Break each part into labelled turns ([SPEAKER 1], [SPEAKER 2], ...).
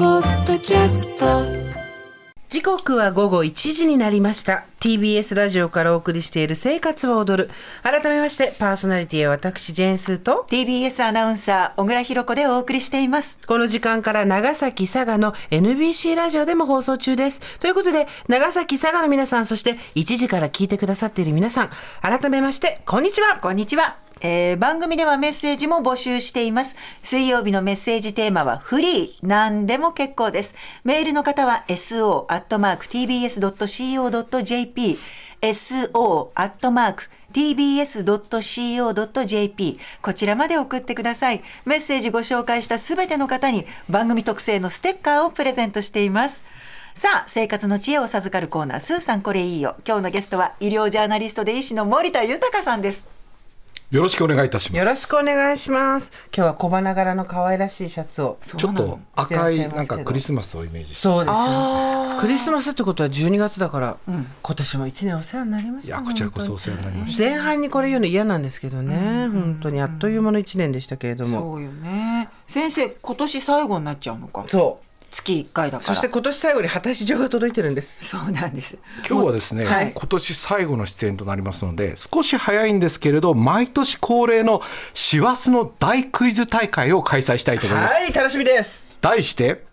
[SPEAKER 1] キャスト
[SPEAKER 2] 時刻は午後1時になりました。TBS ラジオからお送りしている生活は踊る。改めまして、パーソナリティは私、ジェーンスーと、
[SPEAKER 3] TBS アナウンサー小倉弘子でお送りしています
[SPEAKER 2] この時間から長崎佐賀の NBC ラジオでも放送中です。ということで、長崎佐賀の皆さん、そして1時から聞いてくださっている皆さん、改めまして、こんにちは。
[SPEAKER 3] こんにちは、えー番組ではメッセージも募集しています水曜日のメッセージテーマはフリー何でも結構ですメールの方は so.tbs.co.jp so.tbs.co.jp こちらまで送ってくださいメッセージご紹介したすべての方に番組特製のステッカーをプレゼントしていますさあ、生活の知恵を授かるコーナー、スーさんこれいいよ。今日のゲストは医療ジャーナリストで医師の森田豊さんです。
[SPEAKER 4] よろしくお願いいたしま
[SPEAKER 2] よ
[SPEAKER 4] す。
[SPEAKER 2] ろしくお願いします。今日は小花柄の可愛らしいシャツを。
[SPEAKER 4] ちょっと赤い
[SPEAKER 2] そうな
[SPEAKER 4] な
[SPEAKER 2] で
[SPEAKER 4] んん
[SPEAKER 2] すけど
[SPEAKER 4] かクリスマスをイメージして。
[SPEAKER 2] そうですね。クリスマスってことは12月だから、今年も一年お世話になりまし
[SPEAKER 4] い
[SPEAKER 2] た。
[SPEAKER 4] やこちらこそお世話になりました。
[SPEAKER 2] 前半にこれ言うの嫌なんですけどね、本当にあっという間の1年でしたけれども
[SPEAKER 3] うよね。先生、今年最後になっちゃうのか
[SPEAKER 2] そう
[SPEAKER 3] 月1回だか
[SPEAKER 2] そして今年最後に果たし状が届いてるんです
[SPEAKER 3] そうなんです。
[SPEAKER 4] 今日はですね、
[SPEAKER 3] はい
[SPEAKER 4] 今年最後の出演となりますので少し早いんですけれど毎年恒例の師走の大クイズ大会を開催したいと思います。
[SPEAKER 2] はい楽しみです
[SPEAKER 4] 題して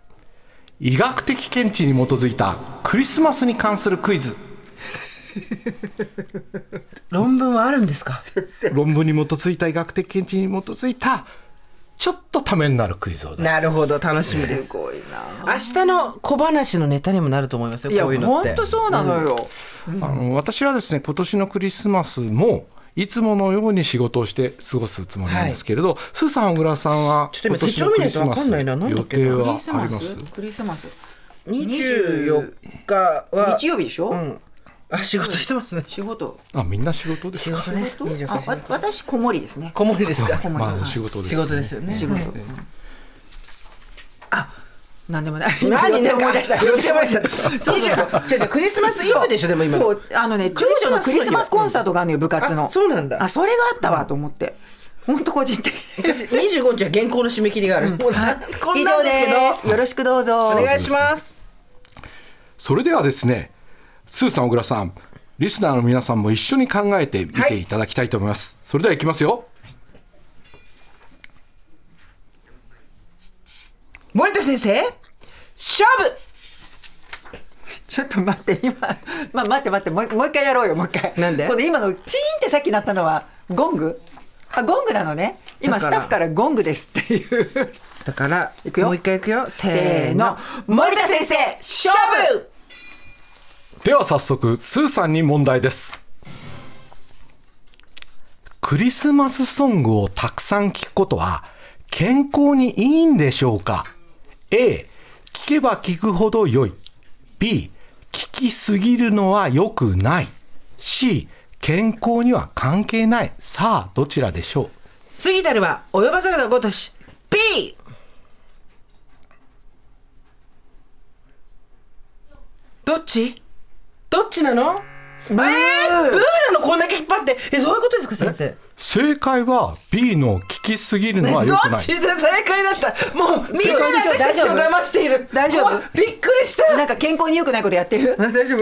[SPEAKER 4] 医学的見地に基づいたクリスマスに関するクイ ズ
[SPEAKER 2] 論文はあるんですか
[SPEAKER 4] 論文に基づいた医学的見地に基づいたちょっとためになるクイズを出す
[SPEAKER 2] なるほど楽しみです
[SPEAKER 3] ごいな。
[SPEAKER 2] 明日の小話のネタにもなると思いますよ
[SPEAKER 3] いや、
[SPEAKER 2] こういうのっ
[SPEAKER 3] 本
[SPEAKER 2] て
[SPEAKER 3] 当そうなのよ。
[SPEAKER 4] あの私はですね今年のクリスマスもいつものように仕事をして過ごすつもりなんですけれど、スーさん小倉さんは
[SPEAKER 2] ちょっと今
[SPEAKER 4] 今年のクリス
[SPEAKER 2] 手帳見ない
[SPEAKER 4] マス
[SPEAKER 2] とわかんないななんだ
[SPEAKER 4] 予
[SPEAKER 2] っけな
[SPEAKER 4] 定
[SPEAKER 3] ク
[SPEAKER 4] は
[SPEAKER 3] リスマ
[SPEAKER 4] あります
[SPEAKER 3] スクリスマス。
[SPEAKER 2] 24日は
[SPEAKER 3] 日曜日でしょ、
[SPEAKER 2] うんあ仕事してますね
[SPEAKER 3] 仕事。
[SPEAKER 4] あみんな仕事ですか
[SPEAKER 2] 仕事です
[SPEAKER 3] 仕事
[SPEAKER 2] 24
[SPEAKER 3] あわ私、子守ですね。
[SPEAKER 2] こもりですか
[SPEAKER 3] こもり
[SPEAKER 4] まあお仕事です、
[SPEAKER 2] 仕事ですよね
[SPEAKER 3] 仕事。あ、なんでもない。
[SPEAKER 2] 何で思い出した
[SPEAKER 3] 予定思い出した
[SPEAKER 2] そうそうそうじゃじゃクリスマスイブでしょでも今の
[SPEAKER 3] そうあのね長女のクリスマスコンサートがあるのよ部活
[SPEAKER 2] あ
[SPEAKER 3] の
[SPEAKER 2] そうなんだ
[SPEAKER 3] あそれがあったわと思って本当個人的
[SPEAKER 2] 私25日は原稿の締め切りがある、もうなこん
[SPEAKER 3] 以
[SPEAKER 2] な
[SPEAKER 3] 上
[SPEAKER 2] んですけど
[SPEAKER 3] ですよろしくどうぞ
[SPEAKER 2] お願いします
[SPEAKER 4] それではですねスーさん小倉さんリスナーの皆さんも一緒に考えてみていただきたいと思います、それではいきますよ
[SPEAKER 2] 森田先生勝負
[SPEAKER 3] ちょっと待って今まあ待って待ってもうもう一回やろうよもう一回
[SPEAKER 2] なんで
[SPEAKER 3] この今のチーンってさっきなったのはゴングあゴングなのね今
[SPEAKER 2] だか
[SPEAKER 3] ス
[SPEAKER 2] ら
[SPEAKER 3] タッフからゴングですっていう
[SPEAKER 2] だから
[SPEAKER 3] いくよ
[SPEAKER 2] もう一回いくよせ
[SPEAKER 3] せー
[SPEAKER 2] ーの
[SPEAKER 3] の森田先生勝負
[SPEAKER 4] では早速スーさんに問題ですクリスマスソングをたくさん聴くことは健康にいいんでしょうか A 聴けば聴くほど良い B 聴きすぎるのは良くない C 健康には関係ないさあどちらでしょう
[SPEAKER 2] 過ぎたるは及ばざるがごとし B どっちどっちなのブー、えー、ブーなのこんだけ引っ張ってえどういうことですか先生
[SPEAKER 4] 正解は B の聴きすぎるのは
[SPEAKER 2] ど
[SPEAKER 4] 良くな
[SPEAKER 2] っ
[SPEAKER 4] い
[SPEAKER 2] ちで正解だったもうみんなが私たちを騙している
[SPEAKER 3] 大丈夫
[SPEAKER 2] 怖いびっくりした
[SPEAKER 3] なんか健康に良くないことやってる
[SPEAKER 2] 大丈夫、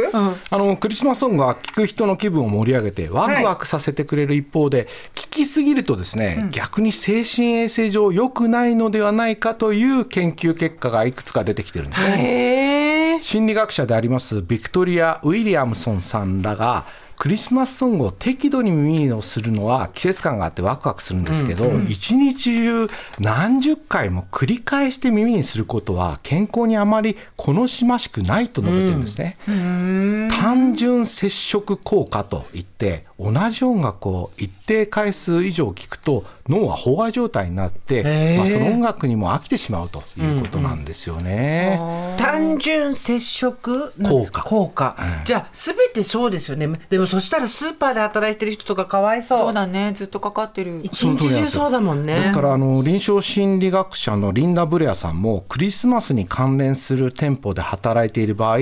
[SPEAKER 4] あのクリスマスソングは聴く人の気分を盛り上げてワクワクさせてくれる一方で聴、きすぎるとですね、逆に精神衛生上良くないのではないかという研究結果がいくつか出てきてるんですね。心理学者でありますビクトリア・ウィリアムソンさんらがクリスマスソングを適度に耳をするのは季節感があってワクワクするんですけど、一日中何十回も繰り返して耳にすることは健康にあまり好ましくないと述べてるんですね。単純接触効果といって同じ音楽を一定回数以上聞くと脳は飽和状態になって、まあ、その音楽にも飽きてしまうということなんですよね。
[SPEAKER 2] 単純接触
[SPEAKER 4] 効果
[SPEAKER 2] 効果、じゃあ全てそうですよねでもそしたらスーパーで働いてる人とかかわいそう
[SPEAKER 3] そうだねずっとかかってる
[SPEAKER 2] 一日中そうだもんね
[SPEAKER 4] ですからあの臨床心理学者のリンダ・ブレアさんもクリスマスに関連する店舗で働いている場合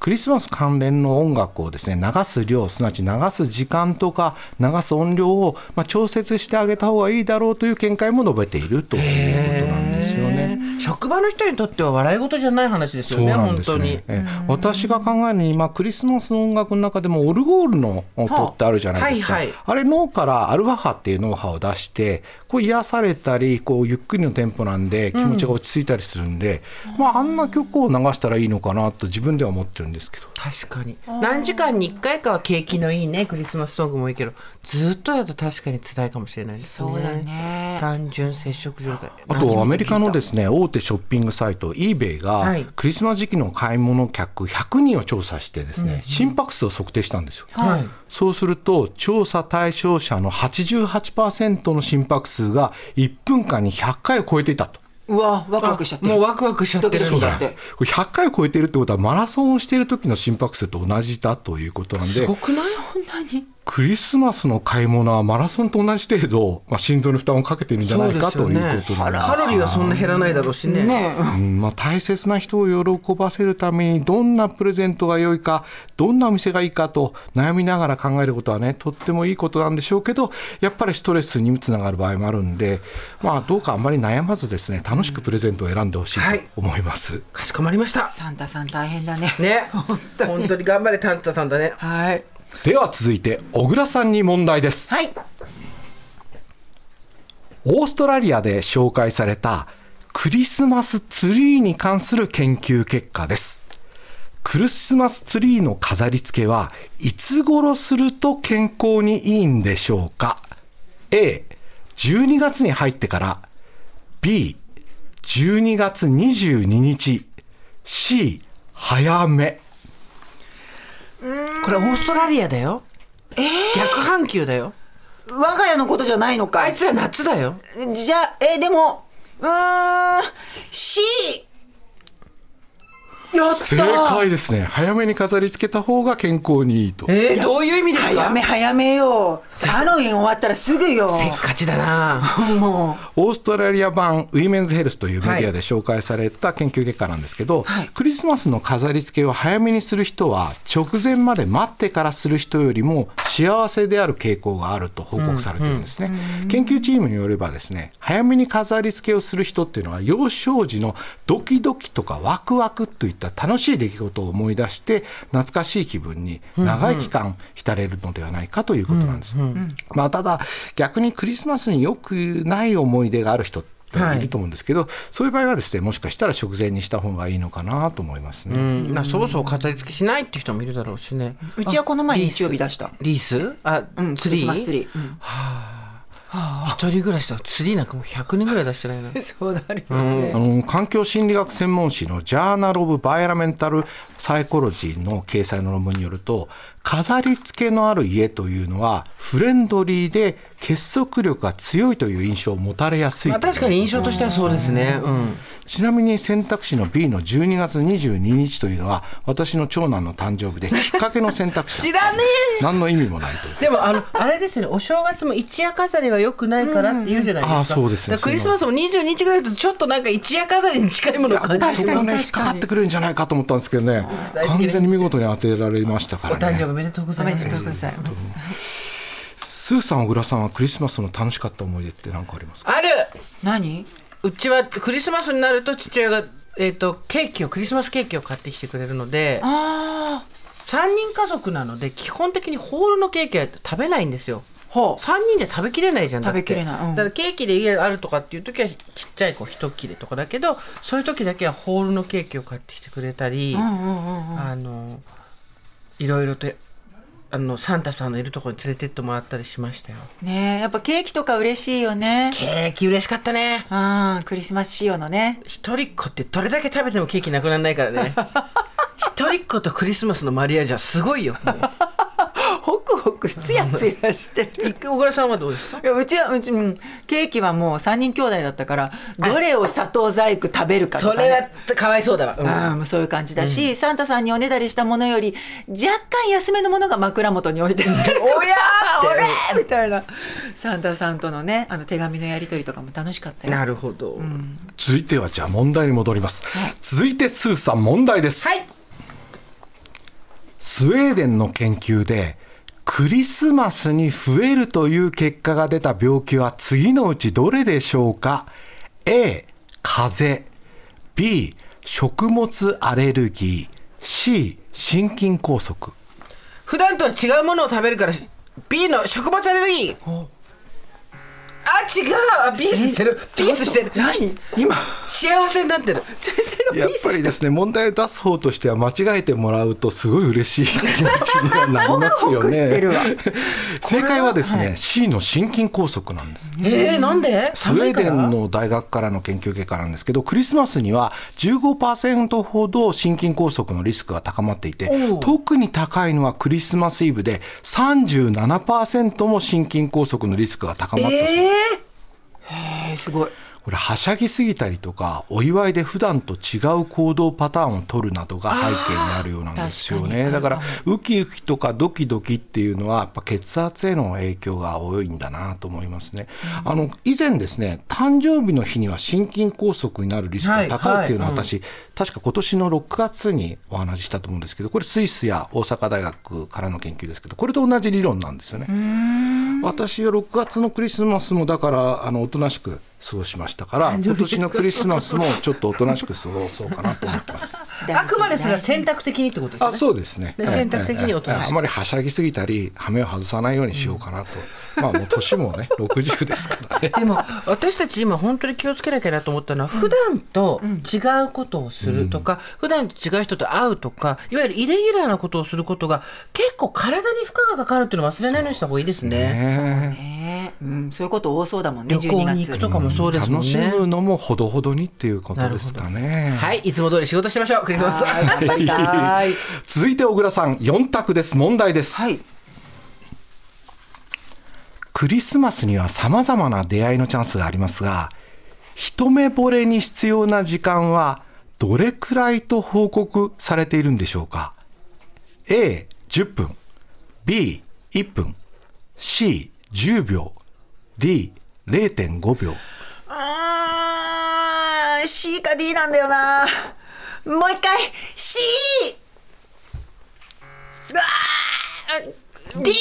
[SPEAKER 4] クリスマス関連の音楽をですね流す量すなわち流す時間とか流す音量を、まあ、調節してあげた方がいいだろうという見解も述べているということなんですよね。
[SPEAKER 2] 職場の人にとっては笑い事じゃない話ですよね、本当に。
[SPEAKER 4] ええ私が考えるに、まあ、クリスマスの音楽の中でもオルゴールの音ってあるじゃないですか、
[SPEAKER 2] はいはい
[SPEAKER 4] あれ脳からアルファ波っていう脳波を出してこう癒されたりこうゆっくりのテンポなんで気持ちが落ち着いたりするんで、まあ、あんな曲を流したらいいのかなと自分では思ってるんですけど。
[SPEAKER 2] 確かに何時間に1回かは景気のいいねクリスマスソングもいいけどずっとだと確かに辛いかもしれないですね
[SPEAKER 3] そうだね
[SPEAKER 2] 単純接触状態
[SPEAKER 4] あとアメリカのですね大手ショッピングサイト eBay
[SPEAKER 2] は
[SPEAKER 4] が
[SPEAKER 2] い
[SPEAKER 4] クリスマス時期の買い物客100人を調査してですね心拍数を測定したんですよ。
[SPEAKER 2] はい
[SPEAKER 4] そうすると調査対象者の88%の心拍数が1分間に100回を超えていたと。
[SPEAKER 3] うわワクワクしちゃって
[SPEAKER 2] もうワクワクしちゃってるん
[SPEAKER 3] ドキドキしちゃ
[SPEAKER 2] だ
[SPEAKER 3] ってで
[SPEAKER 4] これ100回を超えているってことはマラソンをしている時の心拍数と同じだということなん
[SPEAKER 2] す
[SPEAKER 4] で
[SPEAKER 2] ごくない
[SPEAKER 4] クリスマスの買い物はマラソンと同じ程度、まあ、心臓に負担をかけているんじゃないかということなんです
[SPEAKER 2] カロリーはそんな減らないだろうしね
[SPEAKER 4] うんまあ、大切な人を喜ばせるためにどんなプレゼントが良いかどんなお店がいいかと悩みながら考えることはねとってもいいことなんでしょうけどやっぱりストレスにつながる場合もあるんで、まあ、どうかあんまり悩まずですね楽しくプレゼントを選んでほしい
[SPEAKER 2] はい
[SPEAKER 4] と思います。
[SPEAKER 2] かしこまりました
[SPEAKER 3] サンタさん大変だね
[SPEAKER 2] ね
[SPEAKER 3] 本当に
[SPEAKER 2] 本当に頑張れタンタさんだね
[SPEAKER 3] はい
[SPEAKER 4] では続いて小倉さんに問題です。
[SPEAKER 3] はい
[SPEAKER 4] オーストラリアで紹介されたクリスマスツリーに関する研究結果です。クリスマスツリーの飾り付けはいつ頃すると健康にいいんでしょうか ?A、12月に入ってから B、12月22日 C、早め。
[SPEAKER 2] これオーストラリアだよ逆半球だよ
[SPEAKER 3] 我が家のことじゃないのか
[SPEAKER 2] あいつら夏だよ
[SPEAKER 3] じゃあえーでもうーん C やった
[SPEAKER 4] 正解ですね。早めに飾り付けた方が健康にいいと。
[SPEAKER 2] えー、どういう意味です
[SPEAKER 3] 早
[SPEAKER 2] か
[SPEAKER 3] め早めよハロウィン終わったらすぐよ
[SPEAKER 2] せっかちだな
[SPEAKER 3] も
[SPEAKER 4] オーストラリア版ウィメンズヘルスというメディアで紹介された研究結果なんですけど、
[SPEAKER 3] はい
[SPEAKER 4] クリスマスの飾り付けを早めにする人は直前まで待ってからする人よりも幸せである傾向があると報告されてるんですね、研究チームによればですね早めに飾り付けをする人っていうのは幼少時のドキドキとかワクワクといった楽しい出来事を思い出して懐かしい気分に長い期間浸れるのではないかということなんです、まあ、ただ逆にクリスマスによくない思い出がある人っていると思うんですけど、そういう場合はですねもしかしたら食前にした方がいいのかなと思いますね、
[SPEAKER 2] うん、まあそもそも飾り付けしないって人もいるだろうしね
[SPEAKER 3] ううちはこの前日曜日出した
[SPEAKER 2] リースあ、
[SPEAKER 3] うん
[SPEAKER 2] ツ
[SPEAKER 3] ク
[SPEAKER 2] リ
[SPEAKER 3] リ
[SPEAKER 2] ー
[SPEAKER 3] スマスツリー、うん
[SPEAKER 2] 一人暮らしだからツリーなんかもう100年ぐらい出してないな
[SPEAKER 3] そうなるよね、
[SPEAKER 4] あの環境心理学専門誌のジャーナル・オブ・バイラメンタル・サイコロジーの掲載の論文によると飾り付けのある家というのはフレンドリーで結束力が強いという印象を持たれやすい
[SPEAKER 2] まあ
[SPEAKER 4] という
[SPEAKER 2] 確かに印象としてはそうですねうん
[SPEAKER 4] ちなみに選択肢の B の12月22日というのは私の長男の誕生日できっかけの選択肢
[SPEAKER 2] らね
[SPEAKER 4] 何の意味もないという。
[SPEAKER 2] でもあの あれですよねお正月も一夜飾りは良くないからって言うじゃないですか、
[SPEAKER 4] うんうんあそうですね
[SPEAKER 2] だからクリスマスも22日ぐらいだとちょっとなんか一夜飾りに近いものを感じ
[SPEAKER 4] そ
[SPEAKER 2] て
[SPEAKER 4] れ
[SPEAKER 2] る
[SPEAKER 4] がね、引っかかってくるんじゃないかと思ったんですけどね、完全に見事に当てられましたか
[SPEAKER 2] お
[SPEAKER 4] ら
[SPEAKER 2] 誕生日お
[SPEAKER 4] ね。
[SPEAKER 2] めでとうござ
[SPEAKER 3] お
[SPEAKER 2] い
[SPEAKER 3] め
[SPEAKER 2] ます
[SPEAKER 3] でとうございます
[SPEAKER 4] スーさん、小倉さんはクリスマスの楽しかった思い出って何かありますか
[SPEAKER 2] ある
[SPEAKER 3] 何
[SPEAKER 2] うちはクリスマスになると父親が、えー、とケーキをクリスマスケーキを買ってきてくれるので
[SPEAKER 3] ああ
[SPEAKER 2] 3人家族なので基本的にホールのケーキは食べないんですよ
[SPEAKER 3] ほう
[SPEAKER 2] 3人じゃ食べきれないじゃんだって
[SPEAKER 3] 食べきれないうん
[SPEAKER 2] だからケーキで家あるとかっていう時はちっちゃい子一切れとかだけどそういう時だけはホールのケーキを買ってきてくれたり、
[SPEAKER 3] うんうんうんうん
[SPEAKER 2] あのいろいろとあのサンタさんのいるところに連れてってもらったりしましたよ
[SPEAKER 3] ねえやっぱケーキとか嬉しいよね
[SPEAKER 2] ケーキ嬉しかったね
[SPEAKER 3] ああクリスマス仕様のね
[SPEAKER 2] 一人っ子ってどれだけ食べてもケーキなくならないから ね一人っ子とクリスマスのマリアージュはすごい よもう
[SPEAKER 3] ホクホクつやつやしてる
[SPEAKER 2] 一小倉さんはどうですか
[SPEAKER 3] いやうちはうち、うん、ケーキはもう3人兄弟だったからどれを砂糖細工食べるかと
[SPEAKER 2] そ
[SPEAKER 3] か、ね、
[SPEAKER 2] れはかわいそうだわ、うん
[SPEAKER 3] ああもうそういう感じだし、サンタさんにおねだりしたものより若干安めのものが枕元に置いてある おやー
[SPEAKER 2] って
[SPEAKER 3] 俺みたいなサンタさんとのねあの手紙のやり取りとかも楽しかったよ
[SPEAKER 2] なるほど、
[SPEAKER 4] 続いては、じゃあ問題に戻ります。続いて、スーさん、問題です。
[SPEAKER 2] はい
[SPEAKER 4] スウェーデンの研究で、クリスマスに増えるという結果が出た病気は次のうちどれでしょうか ?A、風邪。 B 食物アレルギー C 心筋梗塞
[SPEAKER 2] 普段とは違うものを食べるから B の食物アレルギーあ違うあピースしてるピースしてる
[SPEAKER 4] 何今
[SPEAKER 2] 幸せになってる
[SPEAKER 3] 先生
[SPEAKER 4] やっぱりですね問題を出す方としては間違えてもらうとすごい嬉しい気持ちにはなります
[SPEAKER 3] ホ
[SPEAKER 4] よ
[SPEAKER 3] クホクしてるわ
[SPEAKER 4] ね 正解はですね C の心筋梗塞なんです
[SPEAKER 2] えー、なんで
[SPEAKER 4] スウェーデン
[SPEAKER 2] の
[SPEAKER 4] の大学からの研究結果なんですけど、クリスマスには15%ほど心筋梗塞のリスクが高まっていて
[SPEAKER 2] おう、
[SPEAKER 4] 特に高いのはクリスマスイブで37%も心筋梗塞のリスクが高まったそうです。
[SPEAKER 2] えー、えー、すごい
[SPEAKER 4] これはしゃぎすぎたりとかお祝いで普段と違う行動パターンを取るなどが背景にあるようなんですよねだからウキウキとかドキドキっていうのはやっぱ血圧への影響が多いんだなと思いますね、あの以前ですね誕生日の日には心筋梗塞になるリスクが高いっていうのは私、確か今年の6月にお話ししたと思うんですけどこれスイスや大阪大学からの研究ですけどこれと同じ理論なんですよね。私は6月のクリスマスもだからあのおとなしく過ごしましたから今年のクリスマスもちょっとおとなしく過ごそうかなと思ってます
[SPEAKER 2] あくまですが選択的にってことですよ
[SPEAKER 4] あ
[SPEAKER 2] ね
[SPEAKER 4] そうですね
[SPEAKER 2] で選択的におとなしく
[SPEAKER 4] ええええあまりはしゃぎすぎたり羽目を外さないようにしようかなと、まあもう年もね 60ですからね
[SPEAKER 2] でも私たち今本当に気をつけなきゃなと思ったのは普段と違うことをするとか、普段と違う人と会うとかいわゆるイレギュラーなことをすることが結構体に負荷がかかるっていうのを忘れないようにした方がいいですね。
[SPEAKER 4] ね
[SPEAKER 3] ねうん、そういうこと多そうだもんね
[SPEAKER 2] 旅
[SPEAKER 3] 12
[SPEAKER 2] 行に行
[SPEAKER 3] 月
[SPEAKER 2] くとかもそうですもん
[SPEAKER 4] 楽し
[SPEAKER 2] ね。
[SPEAKER 4] むのもほどほどにっていうことですかね
[SPEAKER 2] はいいつも通り仕事してましょうクリスマス。
[SPEAKER 3] はい頑張りたい
[SPEAKER 4] 続いて小倉さん4択です問題で す、
[SPEAKER 3] はい
[SPEAKER 4] クリスマスには様々な出会いのチャンスがありますが、一目惚れに必要な時間はどれくらいと報告されているんでしょうか ?A、10分。B、1分。C、10秒。D、0.5秒。
[SPEAKER 3] あー C か D なんだよなもう一回 C! うわー D!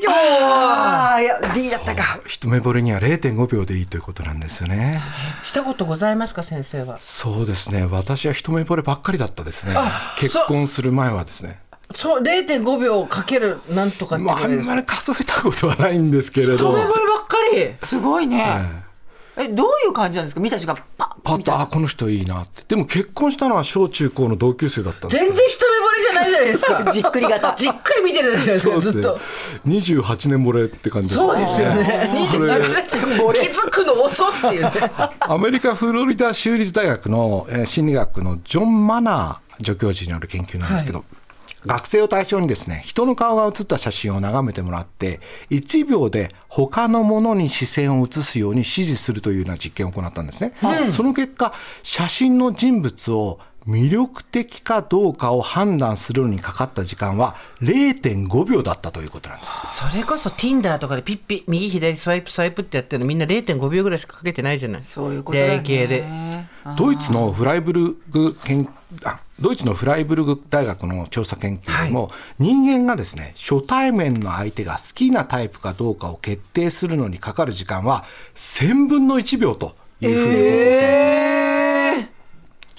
[SPEAKER 3] よーいや D だったか
[SPEAKER 4] 一目惚れには0.5秒でいいということなんですよね。
[SPEAKER 2] したことございますか先生は。
[SPEAKER 4] そうですね。私は一目惚ればっかりだったですね。結
[SPEAKER 2] そう
[SPEAKER 4] 婚する前はですね。
[SPEAKER 2] そう0.5秒かけるなんとかって
[SPEAKER 4] まあ、あん
[SPEAKER 2] 一
[SPEAKER 4] まり数えたことはないんで すけれど。
[SPEAKER 2] 目惚ればっかり。
[SPEAKER 3] すごいね、
[SPEAKER 4] ええ
[SPEAKER 3] えどういう感じなんですか見た瞬間パッ
[SPEAKER 4] パッと、あ、この人いいなって。でも結婚したのは小中高の同級生だったんですけ
[SPEAKER 2] 全
[SPEAKER 4] ど
[SPEAKER 2] 然一目惚れじゃないじゃない ですか。
[SPEAKER 3] じっくり型
[SPEAKER 2] じっくり見てるじゃないですかずっと。
[SPEAKER 4] そうですね。28年漏れって感じ
[SPEAKER 2] そうですよね。
[SPEAKER 4] これ
[SPEAKER 2] 気づくの遅っていうね。
[SPEAKER 4] アメリカ・フロリダ州立大学のえー心理学のジョン・マナー助教授による研究なんですけど、学生を対象にですね、人の顔が写った写真を眺めてもらって、1秒で他のものに視線を移すように指示するというような実験を行ったんですね。その結果、写真の人物を魅力的かどうかを判断するのにかかった時間は0.5秒だったということなんです。
[SPEAKER 2] それこそ Tinder とかでピッピ右左スワイプスワイプってやってるのみんな0.5秒ぐらいしかかけてないじゃない。
[SPEAKER 3] そういうことだよね
[SPEAKER 2] 出会い系で。
[SPEAKER 4] ドイツのフライブルグ研あドイツのフライブルグ大学の調査研究でも、人間がですね初対面の相手が好きなタイプかどうかを決定するのにかかる時間は1000分の1秒というふうに報告されています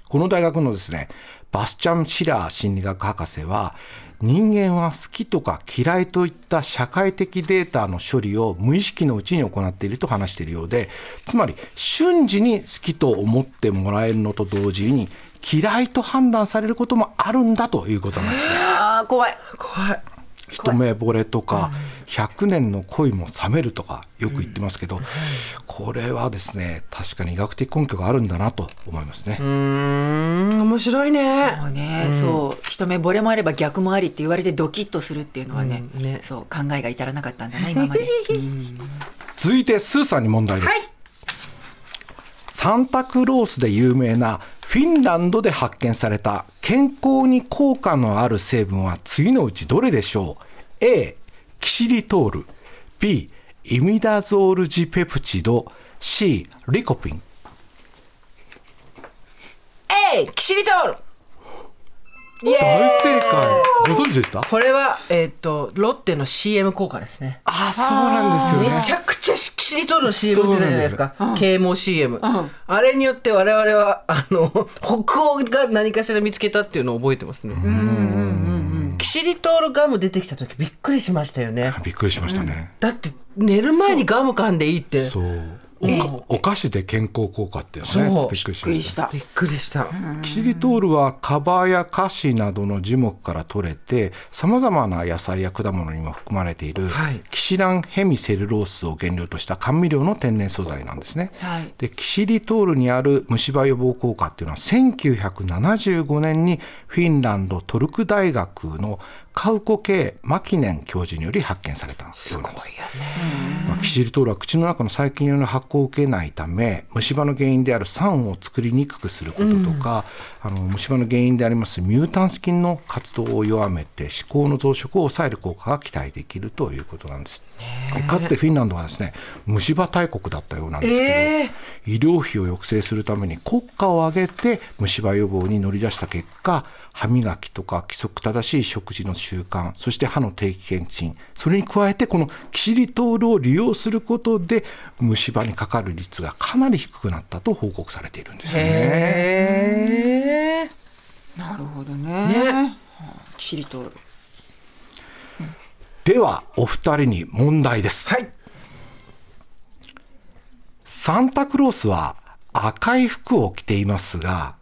[SPEAKER 4] この大学のですね、バスチャン・シラー心理学博士は、人間は好きとか嫌いといった社会的データの処理を無意識のうちに行っていると話しているようで、つまり瞬時に好きと思ってもらえるのと同時に、嫌いと判断されることもあるんだということなんですね。
[SPEAKER 3] あー怖い
[SPEAKER 2] 怖い。
[SPEAKER 4] 一目惚れとか、100年の恋も冷めるとかよく言ってますけど、これはですね、確かに医学的根拠があるんだなと思いますね。
[SPEAKER 2] うん面白いね。
[SPEAKER 3] もうね、そう一目惚れもあれば逆もありって言われてドキッとするっていうのはね,、
[SPEAKER 2] うんね
[SPEAKER 3] そう考えが至らなかった んだな今まで
[SPEAKER 4] 続いてスーさんに問題です、サンタクロースで有名なフィンランドで発見された健康に効果のある成分は次のうちどれでしょう A キシリトール B イミダゾールジペプチド C リコピン
[SPEAKER 2] えいキシリトール。
[SPEAKER 4] 大正解ご存知でした
[SPEAKER 2] これは、えっ、と、ロッテの CM 効果ですね。
[SPEAKER 4] あそうなんですよね
[SPEAKER 2] めちゃくちゃししりとる CM ってたじゃないですか。啓蒙 CM、あれによって我々は、あの、北欧が何かしら見つけたっていうのを覚えてますね。キシリトールガム出てきた時びっくりしましたよね。
[SPEAKER 4] びっくりしましたね、
[SPEAKER 2] だって寝る前にガム噛んでいいって。
[SPEAKER 4] そうおかお菓子で健康効果っていうのね
[SPEAKER 2] そう
[SPEAKER 4] びっくり
[SPEAKER 3] びっ
[SPEAKER 4] し
[SPEAKER 3] く
[SPEAKER 4] ま
[SPEAKER 3] り
[SPEAKER 4] した
[SPEAKER 3] した
[SPEAKER 2] びっくりした。
[SPEAKER 4] キシリトールはカバやカシなどの樹木から取れてさまざまな野菜や果物にも含まれている、
[SPEAKER 2] はい
[SPEAKER 4] キシランヘミセルロースを原料とした甘味料の天然素材なんですね、
[SPEAKER 3] はい
[SPEAKER 4] でキシリトールにある虫歯予防効果っていうのは1975年にフィンランドトルク大学のカウコ系マキネン教授により発見されたんですごいまあ、キシリトールは口の中の細菌による発酵を受けないため虫歯の原因である酸を作りにくくすることとか、あの虫歯の原因でありますミュータンス菌の活動を弱めて歯垢の増殖を抑える効果が期待できるということなんです。かつてフィンランドはですね虫歯大国だったようなんですけど、
[SPEAKER 2] え
[SPEAKER 4] 医療費を抑制するために国家を挙げて虫歯予防に乗り出した結果歯磨きとか規則正しい食事の習慣そして歯の定期検診それに加えてこのキシリトールを利用することで虫歯にかかる率がかなり低くなったと報告されているんですよね。
[SPEAKER 2] へえ。
[SPEAKER 3] なるほどねキシリトール
[SPEAKER 4] ではお二人に問題です。
[SPEAKER 2] はい。
[SPEAKER 4] サンタクロースは赤い服を着ていますが、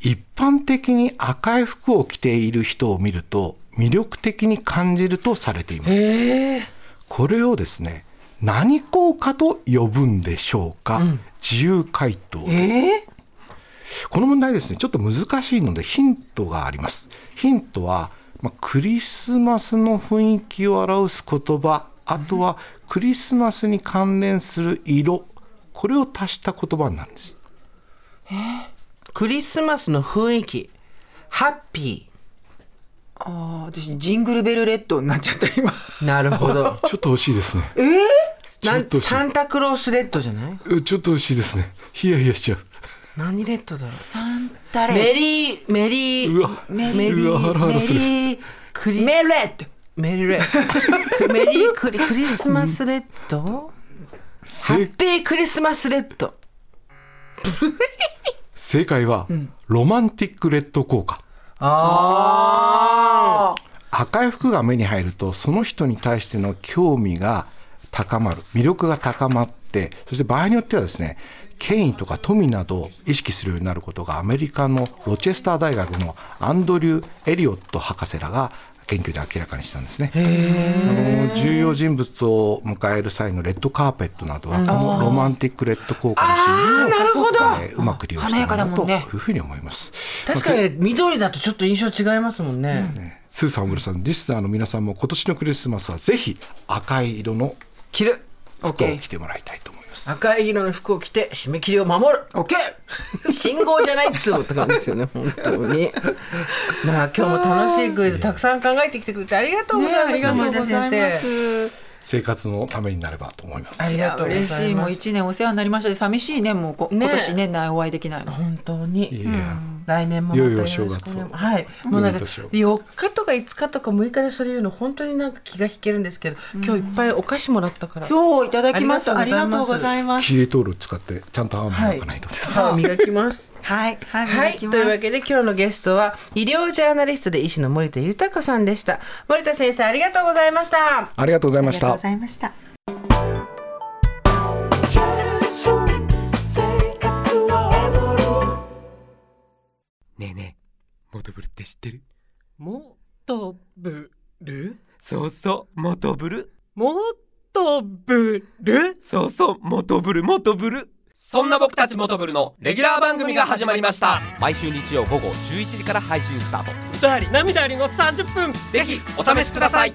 [SPEAKER 4] 一般的に赤い服を着ている人を見ると魅力的に感じるとされています。
[SPEAKER 2] へえ。
[SPEAKER 4] これをですね、何効果と呼ぶんでしょうか、自由回答です。
[SPEAKER 3] え
[SPEAKER 4] この問題ですね、ちょっと難しいのでヒントがあります。ヒントは、まあクリスマスの雰囲気を表す言葉、あとはクリスマスに関連する色、これを足した言葉になるんです。
[SPEAKER 2] クリスマスの雰囲気。ハッピ
[SPEAKER 3] あ私ジングルベルレッドになっちゃった今
[SPEAKER 2] ー。なるほど。
[SPEAKER 4] ちょっと惜しいですね。
[SPEAKER 2] な
[SPEAKER 4] ちょ
[SPEAKER 2] ん
[SPEAKER 4] っとし
[SPEAKER 2] サンタクロースレッドじゃない
[SPEAKER 4] ちょっと惜しいですね。ヒヤヒヤしちゃう。
[SPEAKER 2] 何レッドだろ
[SPEAKER 3] サンタ
[SPEAKER 2] うメリーメリー
[SPEAKER 4] うわ、
[SPEAKER 3] メ
[SPEAKER 2] メ
[SPEAKER 3] リ
[SPEAKER 2] リ
[SPEAKER 3] ー
[SPEAKER 4] うわハラハラする。
[SPEAKER 3] メリ
[SPEAKER 2] クリ
[SPEAKER 3] ーメレッド
[SPEAKER 2] メリーレッドメリークリクリスマスレッドハ
[SPEAKER 4] せ
[SPEAKER 2] ッピークリスマスレッド
[SPEAKER 4] 正解は、ロマンティックレッド効果。
[SPEAKER 2] あ
[SPEAKER 4] 赤い服が目に入るとその人に対しての興味が高まる魅力が高まってそして場合によってはですね権威とか富などを意識するようになることがアメリカのロチェスター大学のアンドリュー・エリオット博士らが研究で明らかにしたんですね。あの重要人物を迎える際のレッドカーペットなどはこのロマンティックレッド効果の心理
[SPEAKER 2] な
[SPEAKER 4] を
[SPEAKER 2] るほど
[SPEAKER 4] えーうまく利用したものだというふうに思います。
[SPEAKER 2] 確かに緑だとちょっと印象違いますもんね、
[SPEAKER 4] スーさん、小室さん、リスナーの皆さんも今年のクリスマスはぜひ赤い色の
[SPEAKER 2] 着る
[SPEAKER 4] 服を着てもらいたいと思います。
[SPEAKER 2] 赤い色の服を着て締め切りを守る
[SPEAKER 3] オッケー
[SPEAKER 2] 信号じゃないっつうのって感じですよね本当 にまあ今日も楽しいクイズたくさん考えてきてくれてありがとうございました、森田先
[SPEAKER 3] す。
[SPEAKER 4] 生活のためになればと思いま
[SPEAKER 2] 生あ
[SPEAKER 4] す
[SPEAKER 2] り。がとうござい
[SPEAKER 3] 嬉
[SPEAKER 2] ます
[SPEAKER 3] しいもう一年お世話になりましたし寂しいねもうこ、
[SPEAKER 2] ね
[SPEAKER 3] 今年年内お会いできないの。
[SPEAKER 2] 本当に、
[SPEAKER 4] いや
[SPEAKER 2] 来年もまた
[SPEAKER 4] 良い
[SPEAKER 2] よ
[SPEAKER 4] お
[SPEAKER 2] ろしくお願い
[SPEAKER 4] 正月を
[SPEAKER 2] はい、もうなんか
[SPEAKER 4] 良いお年を
[SPEAKER 2] 4日とか5日とか6日でそれ言うの本当になんか気が引けるんですけど、今日いっぱいお菓子もらったから
[SPEAKER 3] そういただきましたあ
[SPEAKER 2] あ
[SPEAKER 3] り
[SPEAKER 2] りが
[SPEAKER 3] がと
[SPEAKER 2] と
[SPEAKER 3] う
[SPEAKER 2] う
[SPEAKER 3] ご
[SPEAKER 2] ご
[SPEAKER 3] ざ
[SPEAKER 2] ざ
[SPEAKER 3] いま
[SPEAKER 4] キ
[SPEAKER 3] す。
[SPEAKER 4] シリトールを使ってちゃんと歯を磨かないとです。
[SPEAKER 2] 歯を磨きます
[SPEAKER 3] はいはい
[SPEAKER 2] は
[SPEAKER 3] 磨
[SPEAKER 2] い、
[SPEAKER 3] き
[SPEAKER 2] と
[SPEAKER 3] ます
[SPEAKER 2] いうわけで今日のゲストは医療ジャーナリストで医師の森田豊さんでした森田先生ありがとうございました
[SPEAKER 4] ありがとうござ
[SPEAKER 3] あ
[SPEAKER 4] いま
[SPEAKER 3] り
[SPEAKER 4] し
[SPEAKER 3] がとう
[SPEAKER 4] た
[SPEAKER 3] ご。ざいました。
[SPEAKER 1] ねえねえ、モトブルって知ってる
[SPEAKER 5] もとぶる
[SPEAKER 1] そうそう、モトブル。
[SPEAKER 5] もとぶる
[SPEAKER 1] そうそう、モトブル、モトブル。そんな僕たちモトブルのレギュラー番組が始まりました。毎週日曜午後11時から配信スタート。
[SPEAKER 5] 歌あり涙ありの30分
[SPEAKER 1] ぜひ、お試しください。